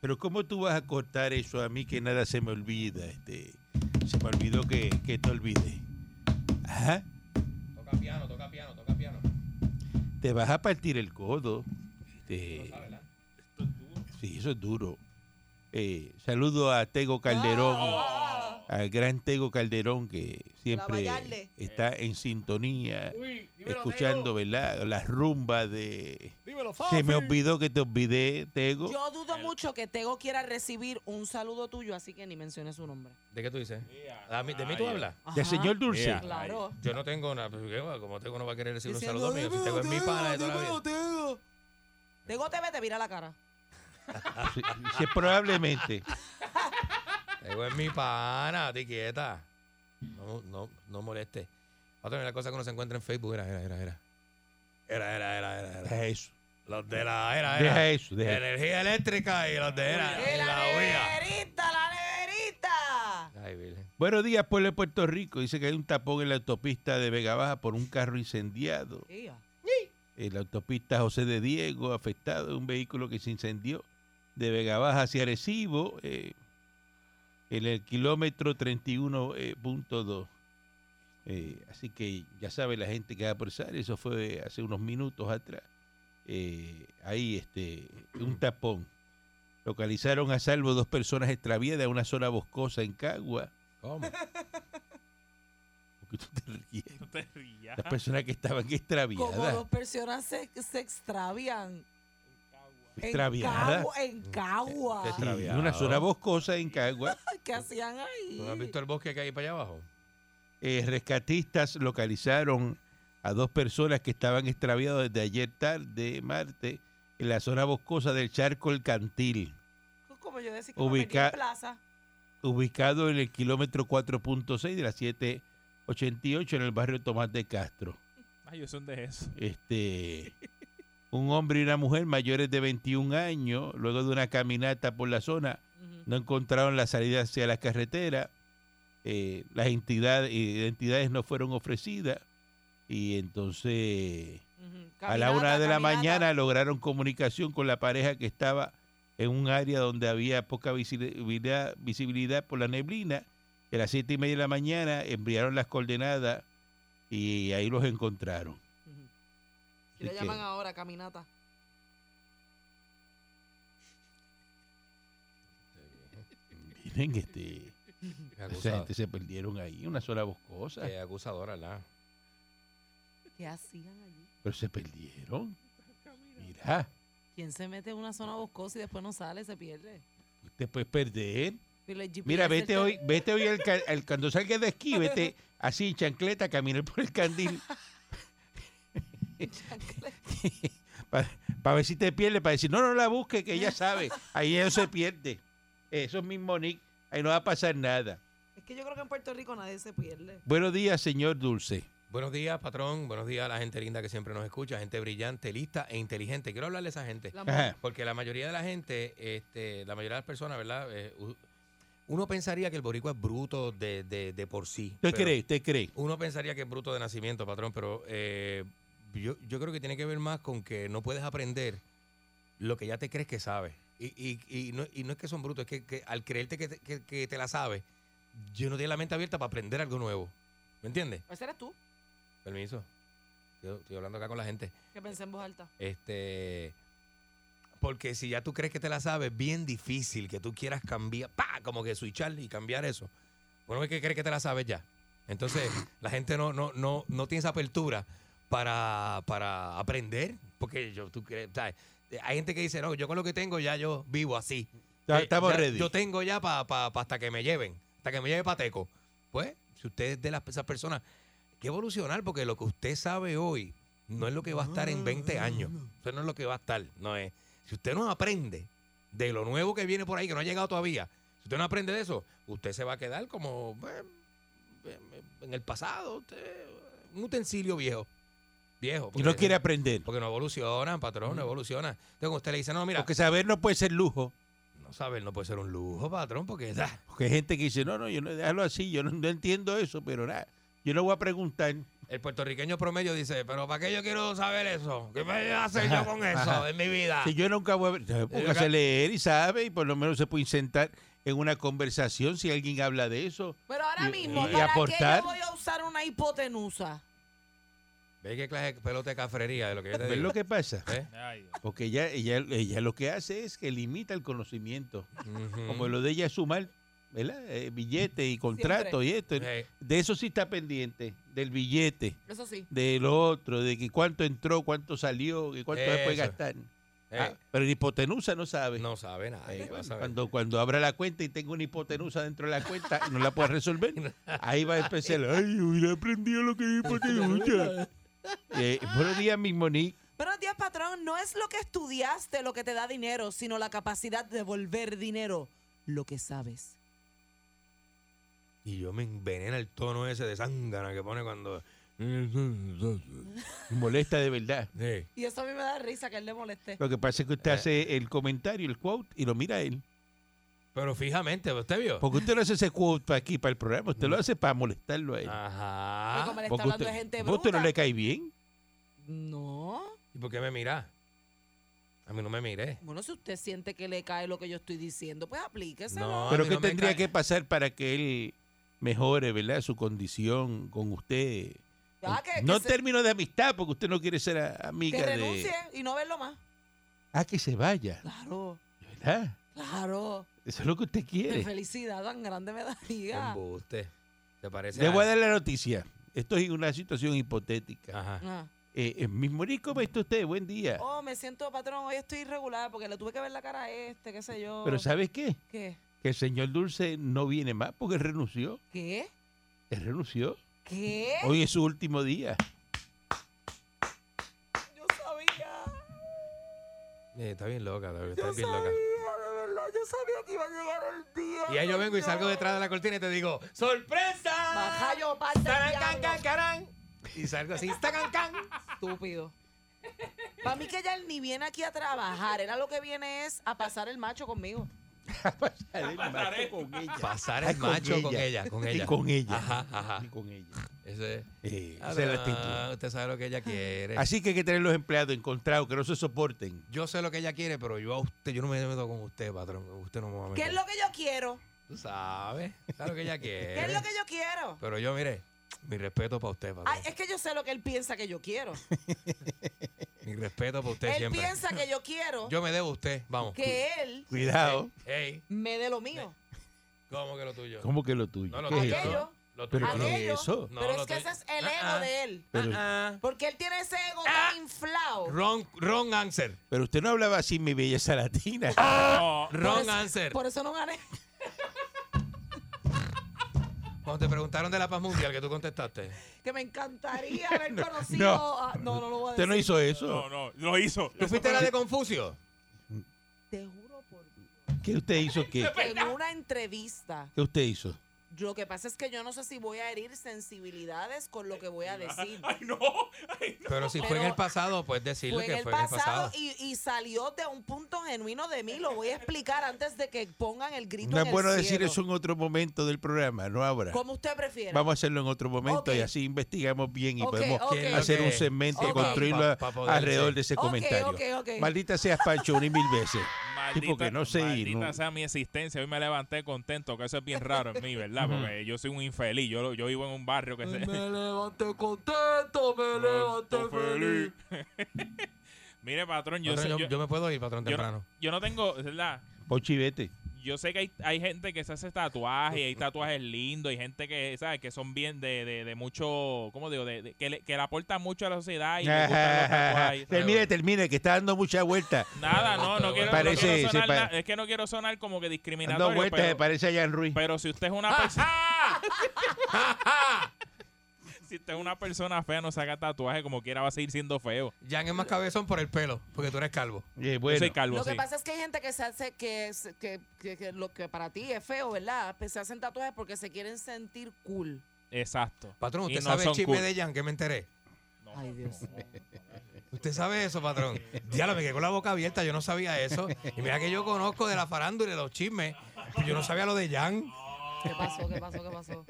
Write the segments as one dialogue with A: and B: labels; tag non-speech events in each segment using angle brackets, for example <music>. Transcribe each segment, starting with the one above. A: Pero ¿cómo tú vas a cortar eso a mí que nada se me olvida? Este, se me olvidó que, que te olvide. Ajá.
B: Toca piano, toca piano, toca piano.
A: Te vas a partir el codo. Este, sí, eso es duro. Eh, saludo a Tego Calderón, al gran Tego Calderón que siempre
C: Vallarde.
A: está en sintonía,
B: Uy, dímelo,
A: escuchando,
B: Tego.
A: ¿verdad? Las rumbas de...
B: Dímelo,
A: Se
B: Fafi.
A: me olvidó que te olvidé, Tego.
C: Yo dudo mucho que Tego quiera recibir un saludo tuyo, así que ni mencione su nombre.
B: ¿De qué tú dices? ¿A mí- ¿De mí tú hablas?
A: De señor Dulce.
B: Mira.
C: Claro.
B: Yo no tengo nada. pues, ¿qué va? Como tengo, no va a querer decir un
C: Dice,
B: saludo mío. Si tengo en mi pana de toda la vida.
C: Tego. Tego te ve, te mira la cara.
A: <laughs> Sí, sí, probablemente.
B: Tengo en mi pana, ti quieta. No, no, no moleste. Otra de las cosas que uno se encuentra en Facebook era, era, era, era. Era, era, era, era, era.
A: Deja eso.
B: Los de la era, era.
A: Deja eso. Deja eso.
B: Energía eléctrica y los de era.
C: ¡Eh,
B: Y la huía.
C: neverita, la neverita!
B: Ay, virgen.
A: Buenos días, pueblo de Puerto Rico. Dice que hay un tapón en la autopista de Vega Baja por un carro incendiado.
C: Tía.
A: En eh, la autopista José de Diego, afectado de un vehículo que se incendió de Vega Baja hacia Arecibo, eh, en el kilómetro 31.2. Eh, así que ya sabe la gente que va por esa área. Eso fue hace unos minutos atrás. Eh, ahí este, un tapón. Localizaron a salvo dos personas extraviadas en una zona boscosa en Cagua.
B: ¿Cómo?
A: Porque <laughs> tú te ríes. Las personas que estaban
C: Como dos
A: extraviadas.
C: personas se, se extravian.
A: Extraviadas.
C: En Cagua. En
B: Mm. Se- se
A: Sí,
C: Cagua.
B: extraviadas.
A: en una zona boscosa en Cagua.
C: ¿Qué hacían
B: ¿Tú has
C: ahí?
B: visto el bosque que hay para allá abajo?
A: Eh, rescatistas localizaron a dos personas que estaban extraviadas desde ayer tarde, martes, en la zona boscosa del charco El Cantil,
C: Como yo decía que me metí
A: Ubica-
C: en plaza.
A: ubicado en el kilómetro 4.6 de la 788 en el barrio Tomás de Castro.
D: Ay, yo son de eso.
A: este un hombre y una mujer mayores de 21 años, luego de una caminata por la zona,
C: Ujú.
A: no encontraron la salida hacia la carretera. eh, las entidades, identidades no fueron ofrecidas y entonces
C: Ujú.
A: a la una
C: Caminata,
A: de la
C: caminata.
A: mañana lograron comunicación con la pareja que estaba en un área donde había poca visibilidad, visibilidad por la neblina. A las siete y media de la mañana enviaron las coordenadas y ahí los encontraron.
C: Ujú. Si le
A: Así
C: llaman
A: que-
C: ahora caminata.
A: Miren, este,
B: Qué
A: esa
B: acusadora,
A: gente se perdieron ahí, una sola boscosa,
B: qué acusadora ¿verdad?
C: ¿Qué hacían allí?
A: pero se perdieron. Mira,
C: ¿Quién se mete en una zona boscosa y después no sale, se pierde?
A: te puedes perder.
C: Pero el GPS
A: Mira, vete
C: te-
A: hoy, vete hoy al, ca- al- cuando salgas de esquí, vete así en chancleta a caminar por el candil <laughs> para ver si te pierdes, para decir, no, no la busques, que ella sabe, ahí no se pierde. Eso es mismo Nick, ahí no va a pasar nada.
C: Es que yo creo que en Puerto Rico nadie se pierde.
A: Buenos días, señor Dulce.
B: Buenos días, patrón. Buenos días a la gente linda que siempre nos escucha, gente brillante, lista e inteligente. Quiero hablarle a esa gente.
C: La
A: Ajá.
B: Porque la mayoría de la gente, este, la mayoría de las personas, ¿verdad? Eh, u- uno pensaría que el boricua es bruto de, de- de por sí.
A: ¿Usted
B: pero Eh,
A: cree? ¿Usted cree?
B: Uno pensaría que es bruto de nacimiento, patrón, pero eh, yo, yo creo que tiene que ver más con que no puedes aprender lo que ya te crees que sabes. Y, y- y no, y no es que son brutos, es que, que al creerte que te, que- que te la sabes, yo no tengo la mente abierta para aprender algo nuevo. ¿Me entiendes?
C: Ese eres tú,
B: Permiso. Yo estoy hablando acá con la gente.
C: que pensé en voz alta.
B: Este. Porque si ya tú crees que te la sabes, bien difícil que tú quieras cambiar, pa, como que switchar y cambiar eso. Una vez que crees que te la sabes ya, Entonces, la gente no, no, no, no tiene esa apertura para, para aprender. Porque yo, tú crees, ¿sabes? hay gente que dice, no, yo con lo que tengo ya yo vivo así.
A: Ya
B: Eh,
A: estamos
B: ya-
A: ready.
B: Yo tengo ya para hasta que me lleven, hasta que me lleve Pateco. Pues, si usted es de las, esas personas, hay que evolucionar porque lo que usted sabe hoy no es lo que va a estar en 20 años. Eso no es lo que va a estar, no es. Si usted no aprende de lo nuevo que viene por ahí, que no ha llegado todavía, si usted no aprende de eso, usted se va a quedar como eh, en el pasado, usted- un utensilio viejo. Viejo.
A: Y
B: porque-
A: no quiere aprender.
B: porque no evolucionan, patrón, no evoluciona. Entonces, cuando usted le dice, no, Pues mira,
A: Porque saber no puede ser lujo.
B: no saber no puede ser un lujo, patrón, porque ah,
A: Porque hay gente que dice, no, no, yo no, déjalo así, yo no, no entiendo eso, pero nada, yo no voy a preguntar.
B: el puertorriqueño promedio dice, pero ¿para qué yo quiero saber eso? ¿Qué me hace
A: Ajá,
B: yo
A: <laughs>
B: con eso
A: ajá.
B: en mi vida?
A: Si yo nunca voy a ver, se- póngase a leer y sabe, y por lo menos se puede sentar en una conversación si alguien habla de eso.
C: Pero ahora
A: Y-
C: mismo,
A: y
C: ¿para
A: aportar.
C: qué yo voy a usar una hipotenusa?
B: ¿Ve qué clase de pelota de cafrería de lo que yo te
A: ¿Ves
B: digo?
A: lo que pasa?
B: ¿Eh?
A: Porque ella, ella, ella lo que hace es que limita el conocimiento.
B: Ujú.
A: Como lo de ella es sumar, ¿verdad? Eh, billete y contrato y esto.
B: Eh,
A: De eso sí está pendiente, del billete,
C: Eso sí.
A: del otro, de que cuánto entró, cuánto salió, y cuánto se puede
B: Eso.
A: gastar.
B: eh,
A: Ah, pero la hipotenusa no sabe.
B: pues, no sabe nada.
A: Eh,
B: ¿qué va a saber?
A: cuando, cuando abra la cuenta y tenga una hipotenusa dentro de la cuenta y no la pueda resolver,
B: <laughs>
A: ahí va a empezar. Ay, hubiera aprendido lo que es
B: <laughs>
A: hipotenusa. Eh, buenos días, mi Monique.
C: Buenos días, patrón. No es lo que estudiaste lo que te da dinero, sino la capacidad de volver dinero lo que sabes.
B: Y yo me envenena el tono ese de zángana que pone cuando...
A: Molesta de verdad.
B: Eh,
C: Y eso a mí me da risa que él le moleste.
A: Lo que pasa es que usted hace el comentario, el quote, y lo mira él.
B: pero fijamente, ¿usted vio?
A: Porque usted no hace ese quote para aquí, para el programa. Usted lo hace para molestarlo a él.
B: Ah. Ajá.
C: Porque como le está
A: Porque
C: hablando
A: usted,
C: de gente
A: Ah, ¿vos usted
C: bruta.
A: no le cae bien?
C: No.
B: ¿Y por qué me mira? A mí no me miré.
C: Bueno, si usted siente que le cae lo que yo estoy diciendo, pues aplíqueselo.
B: No, a
A: Pero
B: mí
A: ¿qué
B: no me
A: tendría
B: cae.
A: que pasar para que él mejore, ¿verdad? Su condición con usted.
C: Ya, Ah, que,
A: Eh, no en
C: que, se-
A: términos de amistad, porque usted no quiere ser a-
C: que
A: amiga
C: renuncie
A: de...
C: y no verlo más.
A: Ah, que se vaya,
C: Claro,
A: ¿verdad?
C: claro.
A: Eso es lo que usted
C: Qué
A: quiere.
C: felicidad tan grande me da, diga.
B: Embuste. ¿Te parece?
A: Le voy a
B: a-
A: dar la noticia. Esto es una situación hipotética.
B: Ajá.
C: Ah.
A: Eh, eh, mi morir, ¿cómo está usted? Buen día.
C: Oh, me siento, patrón, hoy estoy irregular porque le tuve que ver la cara a este, qué sé yo.
A: Pero ¿sabes qué?
C: ¿Qué?
A: Que el señor Dulce no viene más porque él renunció.
C: ¿Qué?
A: Él renunció.
C: ¿Qué?
A: Hoy es su último día.
C: Yo sabía.
B: Eh, está bien loca, está, está
C: Yo
B: bien
C: sabía,
B: loca.
C: de verdad, yo sabía que iba a llegar el día.
B: Y ahí yo vengo y
C: señor.
B: salgo detrás de la cortina y te digo, ¡sorpresa!
C: Baja yo, pa'l
B: Tarán,
C: diablo.
B: can, can, carán. Y salgo así, ¡tacan, can!
C: Estúpido. Para mí que ella ni viene aquí a trabajar, era lo que viene es a pasar el macho conmigo.
A: Pasaré el macho con ella.
B: Pasar
A: Ay,
B: el macho con ella, con
A: Y
B: ella.
A: con ella.
B: Ajá, ajá.
A: Y con ella.
B: Ese,
A: Eh,
B: Ah,
A: esa es la actitud.
B: Usted sabe lo que ella quiere.
A: Así que hay que tener los empleados encontrados, que no se soporten.
B: Yo sé lo que ella quiere, pero yo a usted, yo no me meto con usted, patrón. Usted no me va a meter.
C: ¿Qué es lo que yo quiero?
B: Tú sabes, sabes lo que ella
C: <laughs>
B: quiere.
C: ¿Qué es
A: ¿Eh?
C: lo que yo quiero?
B: Pero yo, mire, mi respeto para usted, patrón.
C: Ay, es que yo sé lo que él piensa que yo quiero.
B: Mi respeto para usted
C: eh. Él
B: siempre.
C: piensa que yo
A: <laughs>
C: quiero
B: Yo me debo a usted, vamos.
C: que él
A: Cuidado.
B: Ey,
C: me dé lo mío.
B: ¿cómo que lo tuyo?
A: ¿Cómo que lo tuyo?
B: No, lo
A: ¿Qué es
B: tuyo.
A: eso?
C: Aquello.
B: no. Lo tuyo.
A: ¿Pero
C: Aquello.
A: qué es eso?
B: No,
C: pero
B: lo
C: es que
B: tuyo.
C: ese es el ego
B: Ah, ah.
C: de él.
A: Pero,
B: Ah,
C: Porque él tiene ese ego
B: Ah.
C: tan inflado.
B: Wrong, wrong answer.
A: pero usted no hablaba así, mi belleza latina.
C: Por
B: Wrong
C: eso-
B: answer.
C: Por eso no gané. <laughs>
B: Cuando te preguntaron de la paz mundial, que tú contestaste.
C: Que me encantaría
B: <laughs>
C: haber conocido.
A: no.
C: a- no, no lo voy a
A: Usted
C: decir.
A: no hizo eso.
E: No, no, lo hizo.
B: ¿Tú fuiste la de Confucio?
C: Te juro por Dios.
A: ¿Qué usted hizo? ¿Qué?
C: En una entrevista,
A: ¿Qué usted hizo?
C: lo que pasa es que yo no sé si voy a herir sensibilidades con lo que voy
B: Ah,
C: a decir.
E: Ay, no. Ay, no.
B: Pero si fue en
C: Pero-
B: el pasado, puedes decirle
C: Fue en
B: que
C: el
B: fue en el
C: pasado
B: pasado.
C: y, y salió de un punto genuino de mí. Lo voy a explicar antes de que pongan el grito.
A: No
C: en
A: es bueno
C: el
A: decir
C: cielo.
A: eso en otro momento del programa, no ahora.
C: Como usted prefiera.
A: Vamos a hacerlo en otro momento
C: Ok.
A: y así investigamos bien y
C: Ok,
A: podemos
C: ok.
A: hacer un
B: Ok.
A: segmento
C: Ok.
A: y construirlo a-
B: Pa- pa poder
A: alrededor
B: ser.
A: de ese
C: Ok,
A: comentario.
C: ok, ok.
A: Maldita seas Pancho una y mil veces.
E: Maldita,
A: Tipo que no sé,
E: maldita
A: no.
E: sea mi existencia. Hoy me levanté contento, que eso es bien raro en mí, ¿verdad? Porque yo soy un infeliz. Yo, lo- yo vivo en un barrio <laughs> que se.
B: levanté contento, me
E: feliz. <laughs> Mire, patrón, yo,
B: Patrón,
E: sé-
B: yo,
E: yo-
B: yo me puedo ir, patrón,
E: yo no-
B: temprano.
E: yo no tengo, ¿verdad?
A: Pochi, vete.
E: yo sé que hay, hay gente que se hace tatuajes, hay tatuajes lindos, hay gente que, ¿sabes? Que son bien de, de, de mucho, ¿cómo digo? De, de- que, le, que le aportan mucho a la sociedad y le gustan
A: <laughs>
E: los tatuajes. ¿sabes?
A: termine, termine, que está dando mucha vuelta.
E: Nada, no, no quiero, no
A: Parece-
E: quiero
A: se
E: sonar,
A: pare-
E: na- es que no quiero sonar como que
A: Dando
E: discriminatorio,
A: vueltas, se
E: pero,
A: parece a Jan Ruiz.
E: pero si usted es una persona... <laughs> si usted es una persona fea, no se haga tatuaje, como quiera va a seguir siendo feo.
B: Jan es más cabezón por el pelo, porque tú eres calvo.
A: Eh,
E: Yo
A: bueno,
E: soy calvo,
C: Lo que
E: sí.
C: pasa es que hay gente que se hace que, es- que, que- que lo que para ti es feo, ¿verdad? Pues se hacen tatuajes porque se quieren sentir cool.
E: Exacto.
B: Patrón,
E: Y
B: usted
E: no
B: sabe el
E: son
B: chisme
E: cool.
B: de Jan que me enteré.
E: No.
C: Ay, Dios.
B: Usted sabe eso, patrón. Diablo, me quedé con la boca abierta, yo no sabía eso. Y mira que yo conozco de la farándula y de los chismes. pero yo no sabía lo de Jan.
C: ¿Qué pasó? ¿Qué pasó? ¿Qué
A: <laughs>
C: pasó?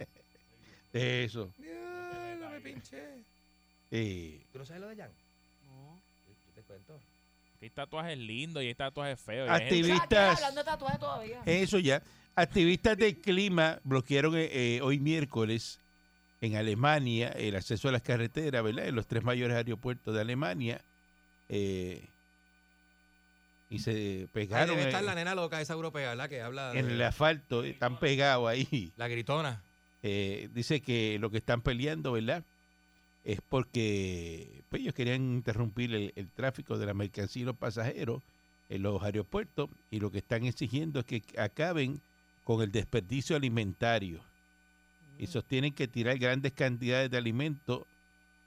A: eso.
B: Diablo, me pinché.
A: eh,
B: ¿Tú no sabes lo de Jan?
C: No.
B: Yo te cuento.
E: Hay tatuajes lindos y hay tatuajes feos. y hay gente-
C: Ah, ¿estás
A: activistas,
C: hablando de tatuajes todavía.
A: eso ya. Activistas del clima bloquearon eh, eh, hoy miércoles en Alemania el acceso a las carreteras, ¿verdad? En los tres mayores aeropuertos de Alemania. eh, y se
B: Ahí
A: pegaron
B: debe
A: eh,
B: estar la nena loca esa europea, ¿verdad? Que habla de
A: en el asfalto, eh, están pegados ahí.
B: la gritona.
A: Eh, dice que lo que están peleando, ¿verdad? Es porque pues, ellos querían interrumpir el, el tráfico de la mercancía y los pasajeros en los aeropuertos y lo que están exigiendo es que acaben con el desperdicio alimentario y sostienen que tirar grandes cantidades de alimentos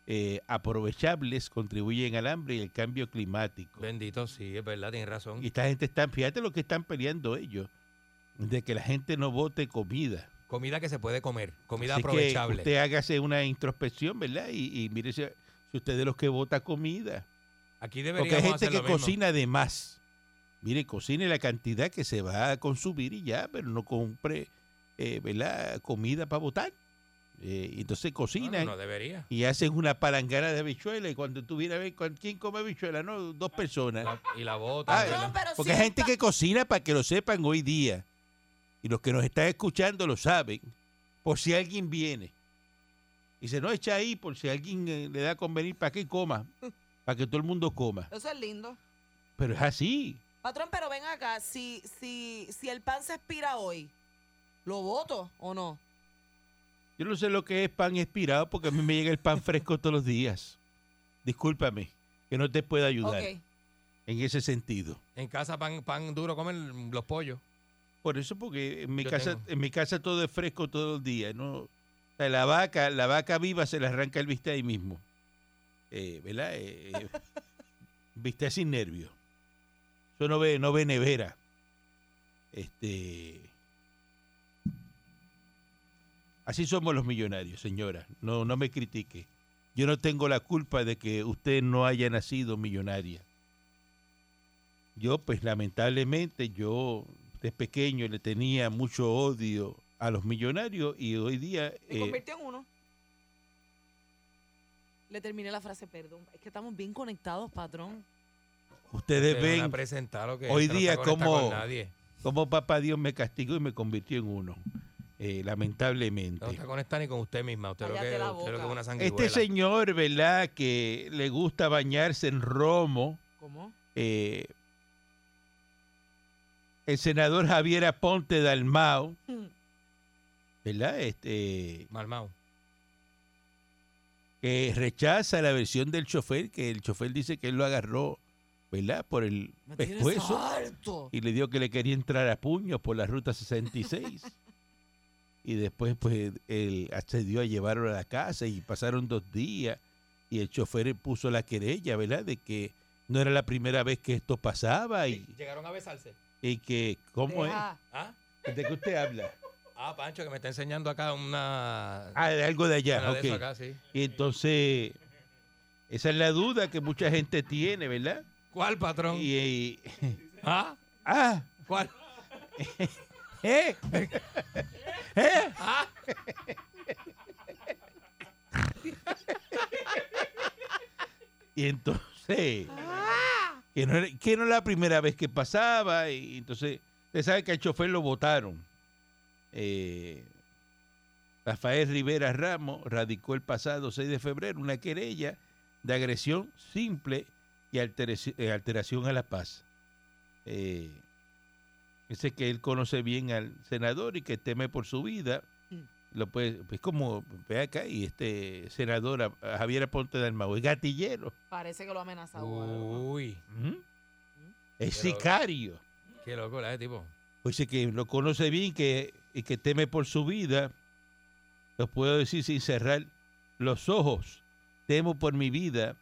A: eh, aprovechables contribuyen al hambre y el cambio climático.
B: Bendito, sí, es verdad, tienes razón.
A: Y esta gente está, fíjate lo que están peleando ellos, de que la gente no bote comida.
B: Comida que se puede comer, comida
A: Así que
B: aprovechable.
A: usted hágase una introspección, ¿verdad? Y, y mire si, si usted es de los que vota comida.
B: Aquí
A: Porque hay
B: deberíamos
A: gente
B: hacer
A: que
B: lo mismo.
A: cocina de más. Mire, cocine la cantidad que se va a consumir y ya, pero no compre, eh, ¿verdad? Comida para votar. Eh, entonces
B: No,
A: cocinan
B: no, no debería.
A: eh. y hacen una palangana de habichuela y cuando tú vienes a ver, ¿cuán- ¿quién come habichuela? No, dos personas.
B: La- y la bota.
A: Ah,
C: Patrón, pero
A: Porque
C: si
A: hay gente
C: está-
A: que cocina para que lo sepan hoy día. Y los que nos están escuchando lo saben. Por si alguien viene. Y se no echa ahí por si alguien eh, le da convenir para que coma. Para que todo el mundo coma.
C: Eso es lindo.
A: Pero es así.
C: Patrón, pero ven acá, si, si, si el pan se expira hoy, ¿lo voto o no?
A: Yo no sé lo que es pan expirado porque a mí me llega el pan fresco todos los días. Discúlpame que no te pueda ayudar
C: Ok.
A: en ese sentido.
B: En casa pan, pan duro comen los pollos.
A: Por eso porque en mi
B: Yo
A: casa
B: tengo.
A: en mi casa todo es fresco todos los días, no O sea, la vaca, la vaca viva se le arranca el bistec ahí mismo. Eh, ¿verdad? Eh,
B: <laughs>
A: eh, bistec sin nervios. Eso no ve no ve nevera. Este Así somos los millonarios, señora. No no me critique. Yo no tengo la culpa de que usted no haya nacido millonaria. Yo, pues lamentablemente, yo de pequeño le tenía mucho odio a los millonarios y hoy día...
C: Me
A: eh,
C: convirtió en uno. Le terminé la frase, perdón. Es que estamos bien conectados, patrón.
A: Ustedes
B: Te van a
A: ven
B: presentar lo que
A: hoy
B: este no
A: día
B: está conectado
A: como-
B: con nadie.
A: cómo papá Dios me castigó y me convirtió en uno, eh, lamentablemente.
B: No está conectada ni con usted misma. Usted lo que,
C: Cállate la
B: usted lo que es
C: boca.
B: una sanguijuela.
A: Este señor, ¿verdad? Que le gusta bañarse en romo.
C: ¿Cómo?
A: eh, el senador Javier Aponte Dalmao,
C: Hmm.
A: ¿verdad? Este,
B: Malmao.
A: que rechaza la versión del chofer, que el chofer dice que él lo agarró, ¿verdad? Por el
C: Me tienes
A: pescuezo
C: harto.
A: pues, y le dijo que le quería entrar a puños por la
C: <laughs>
A: ruta 66. y después, pues, él accedió a llevarlo a la casa y pasaron dos días y el chofer puso la querella, ¿verdad? De que no era la primera vez que esto pasaba y,
B: Llegaron a besarse.
A: y que, ¿cómo
C: Deja.
B: ¿Ah?
A: es? ¿De qué usted habla?
B: ah, Pancho, que me está enseñando acá una.
A: Ah, de algo de allá,
B: una de eso
A: ok.
B: acá, sí.
A: Y entonces, esa es la duda que mucha gente tiene, ¿verdad?
B: ¿Cuál, patrón?
A: Y, <laughs> y-
B: ¿Ah?
A: ah,
B: ¿Cuál?
A: ¿Eh?
B: ¿Ah?
A: Y entonces, que no, era, que no era la primera vez que pasaba, y entonces, usted sabe que al chofer lo votaron. Eh, Rafael Rivera Ramos radicó el pasado 6 de febrero una querella de agresión simple y alteraci- eh, alteración a la paz. Eh, Dice que él conoce bien al senador y que teme por su vida. Lo puede, pues como, ve acá, y este senador a- a Javier Aponte de Almagro es gatillero,
C: Parece que lo amenazó.
B: Uy,
A: Ujú. es
B: Pero-
A: sicario.
B: qué loco la de tipo.
A: Dice que Pues lo conoce bien que, y que teme por su vida. Lo puedo decir sin cerrar los ojos. Temo por mi vida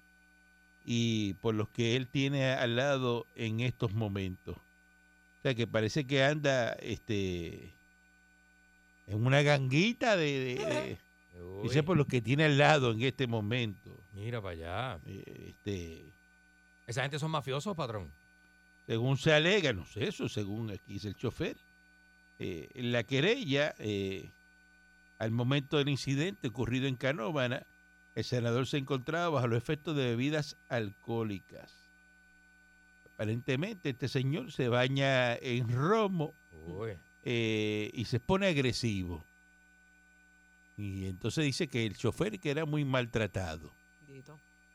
A: y por los que él tiene al lado en estos momentos. O sea, que parece que anda este en una ganguita de... de- de-
B: Uy,
A: dice por los que tiene al lado en este momento.
B: Mira para allá.
A: Eh, Este,
B: Esa gente son mafiosos, patrón.
A: según se alega, no sé eso, según aquí dice el chofer, eh, en la querella, eh, al momento del incidente ocurrido en Canóvana, el senador se encontraba bajo los efectos de bebidas alcohólicas. Aparentemente este señor se baña en romo
B: Uy.
A: eh, y se pone agresivo. Y entonces dice que el chofer que era muy maltratado.
B: Mm.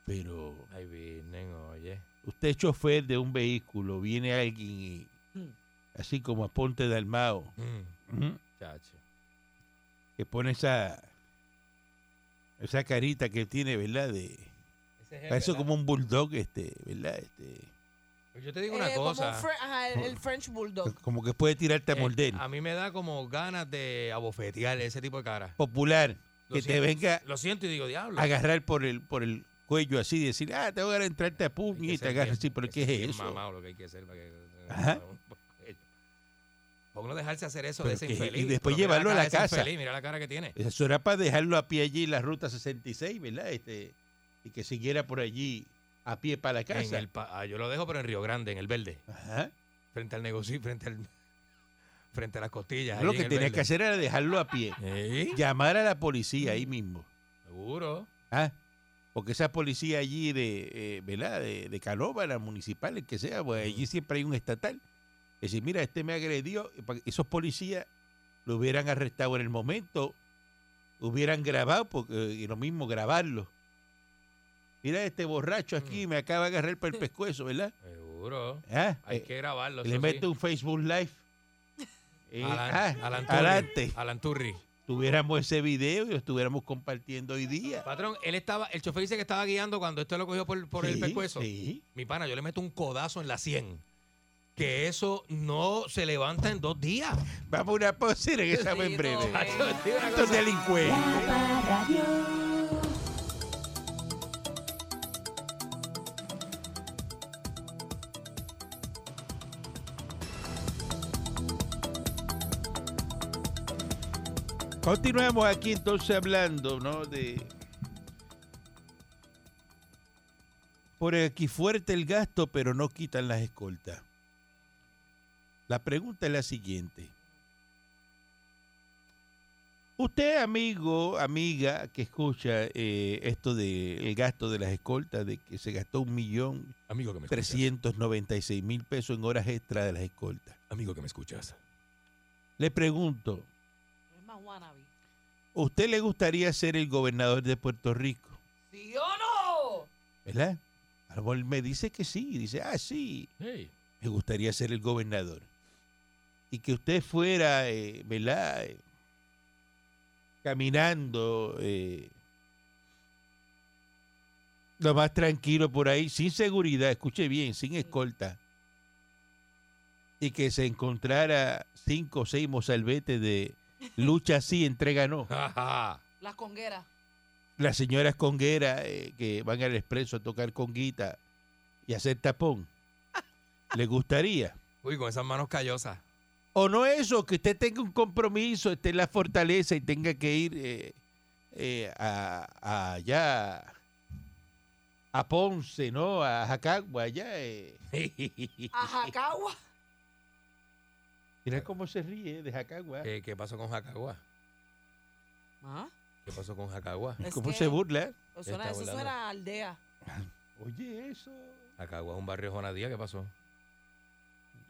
A: Pero
B: Ay, vienen, oye.
A: usted es chofer de un vehículo, viene alguien y
C: Mm.
A: así como a Ponte Dalmao,
B: Mm,
A: ujú,
B: Chacho.
A: que pone esa esa carita que tiene, ¿verdad? De eso como un bulldog este, ¿verdad? Este,
B: Yo te digo
C: Eh,
B: una cosa.
C: el, el French
B: <laughs>
C: Bulldog.
A: como que puede tirarte a
B: eh,
A: morder.
B: a mí me da como ganas de abofetear ese tipo de cara.
A: Popular,
B: Lo
A: que te
B: siento.
A: venga
B: Lo siento y digo, diablo.
A: a agarrar por el por el cuello así y decir, "Ah, te voy a entrarte a
B: Hay
A: puño",
B: que
A: y te
B: ser
A: agarra
B: bien-
A: así, pero
B: hay que
A: ¿qué
B: ser
A: es
B: bien
A: eso?
B: mamado lo que hay que hacer para que-
A: Ajá.
B: Para uno dejarse hacer eso de
A: Pero
B: ese
A: que- y
B: infeliz.
A: después
B: Pero mira
A: llevarlo a la
B: cara de ese
A: casa.
B: infeliz, mira la cara que tiene.
A: Eso era para dejarlo a pie allí en la ruta 66, ¿verdad? Este, y que siguiera por allí a pie para la
B: En
A: casa.
B: el pa- ah, yo lo dejo, pero en Río Grande, en el verde.
A: Ajá.
B: Frente al negocio, frente al frente a las costillas.
A: Lo
B: allí en
A: que
B: el
A: tenía
B: verde.
A: que hacer era dejarlo a pie.
B: Sí,
A: Llamar a la policía ahí mismo.
B: Seguro.
A: ¿ah? Porque esa policía allí de, eh, ¿verdad? De, de Canóvana, municipal, el que sea, pues allí siempre hay un estatal. Es decir, mira, este me agredió. y pa- Esos policías lo hubieran arrestado en el momento, hubieran grabado, porque eh, y lo mismo grabarlo. Mira, este borracho
B: Mm.
A: aquí me acaba de agarrar para el pescuezo, ¿verdad?
B: Seguro.
A: ¿Ah?
B: Hay
A: Eh,
B: que grabarlo.
A: le
B: eso
A: mete
B: sí.
A: un
B: <laughs>
A: Facebook Live. Eh,
B: Alan-
A: ah,
B: Alan Turri.
A: adelante.
B: Alan Turri.
A: tuviéramos ese video y lo estuviéramos compartiendo hoy día.
B: Patrón, él estaba, el chofer dice que estaba guiando cuando este lo cogió por, por el
A: Sí,
B: pescuezo.
A: Sí.
B: Mi pana, yo le meto un codazo en la 100. Que eso no se levanta en dos días.
A: Vamos a una pausa y regresamos en
C: Sí,
A: breve.
C: no,
B: Yo te digo una
A: Estos
B: cosa.
A: delincuentes. Continuamos aquí entonces hablando, ¿no? De. Por aquí fuerte el gasto, pero no quitan las escoltas. La pregunta es la siguiente. Usted, amigo, amiga, que escucha eh, esto del gasto de las escoltas, de que se gastó un millón
B: Amigo que me escuchas.
A: trescientos noventa y seis mil pesos en horas extra de las escoltas.
B: Amigo que me escuchas.
A: Le pregunto,
C: Es más wannabe.
A: ¿usted le gustaría ser el gobernador de Puerto Rico?
C: ¿Sí o
A: ¿Verdad? A lo mejor me dice que sí, dice, ah, sí, me gustaría ser el gobernador. Y que usted fuera, eh, ¿verdad? Eh, caminando eh, lo más tranquilo por ahí, sin seguridad, escuche bien, sin escolta. Y que se encontrara cinco o seis mozalbetes de lucha sí, entrega no.
C: no? Las congueras.
A: Las señoras congueras eh, que van al expreso a tocar conguita y hacer
C: <laughs>
A: tapón. ¿Le gustaría?
B: Uy, con esas manos callosas.
A: O no eso, que usted tenga un compromiso, esté en la fortaleza y tenga que ir eh, eh, a, a allá, a Ponce, ¿no? A Jacagua, allá. <laughs> eh. <laughs>
C: A Jacagua.
A: Mira cómo se ríe de Jacagua.
B: ¿Qué, qué pasó con Jacagua?
C: Ah,
B: ¿Qué pasó con Jacagua?
C: es
A: ¿Cómo
C: que
A: se burla?
C: eso suena-
B: Está
C: eso
B: volando.
C: suena a aldea.
A: Oye, eso.
B: Jacagua es un barrio de Jonadía, ¿qué pasó?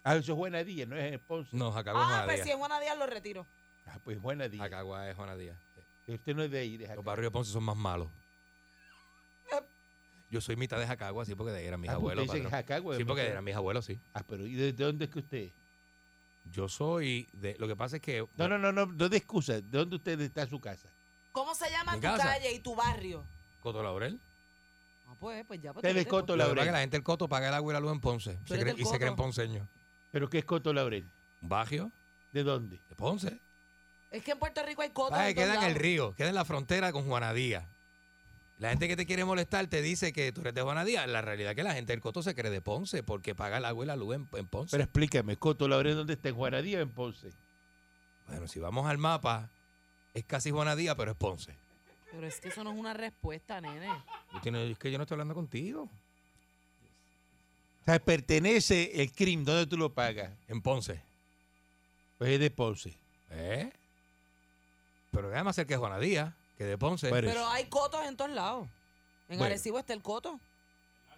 A: Ah, eso es buena día, no es en Ponce.
B: No, Jacagua
C: Ah,
B: es
C: pues si
B: Jonadía.
C: es Juanadía lo retiro.
A: Ah, pues buena día.
B: Jacagua es Jonadía.
A: Usted no es de ahí, de
B: Los
A: Jacagua.
B: barrios de Ponce son más malos. Yo soy mitad de Jacagua, sí, porque de ahí eran mis
A: Ah, pues
B: abuelos.
A: usted dice que
B: patrón.
A: Jacagua es
B: Sí, porque
A: mejor.
B: eran mis abuelos, sí.
A: Ah, pero ¿y de dónde es que usted? es?
B: Yo soy de. Lo que pasa es que.
A: No, no, no, no, no de excusa. ¿De dónde usted está su casa?
C: ¿Cómo se llama
B: Mi
C: tu
B: casa.
C: calle y tu barrio?
B: Coto Laurel.
C: Ah, pues, pues ya. Pues,
A: Te
C: tú eres
A: descoto
C: de-
B: La verdad
A: Laurel.
B: que la gente del Coto paga el agua y la luz en Ponce. Se
C: eres
B: cree-
C: del
B: y se
C: Coto.
B: creen ponceños.
A: ¿Pero qué es Coto Laurel?
B: Un barrio
A: ¿De dónde?
B: de Ponce.
C: Es que en Puerto Rico hay cotos.
B: Vaya,
C: en todos
B: queda en el
C: lados.
B: río, queda en la frontera con Juanadía. La gente que te quiere molestar te dice que tú eres de Juanadía. La realidad es que la gente del Coto se cree de Ponce porque paga el agua y la luz en, en Ponce.
A: Pero explícame, Coto Laurel, ¿dónde está? ¿En Juanadía o en Ponce?
B: bueno, si vamos al mapa, es casi Juanadía, pero es Ponce.
C: Pero es que eso no es una respuesta, nene.
B: Y tú no- Es que yo no estoy hablando contigo.
A: O sea, pertenece el crimen, ¿dónde tú lo pagas?
B: En Ponce.
A: Pues es de Ponce.
B: ¿Eh? Pero déjame hacer que es Juanadía, que de Ponce.
A: Bueno,
C: Pero hay cotos en todos lados. En
B: Bueno.
C: Arecibo está el coto.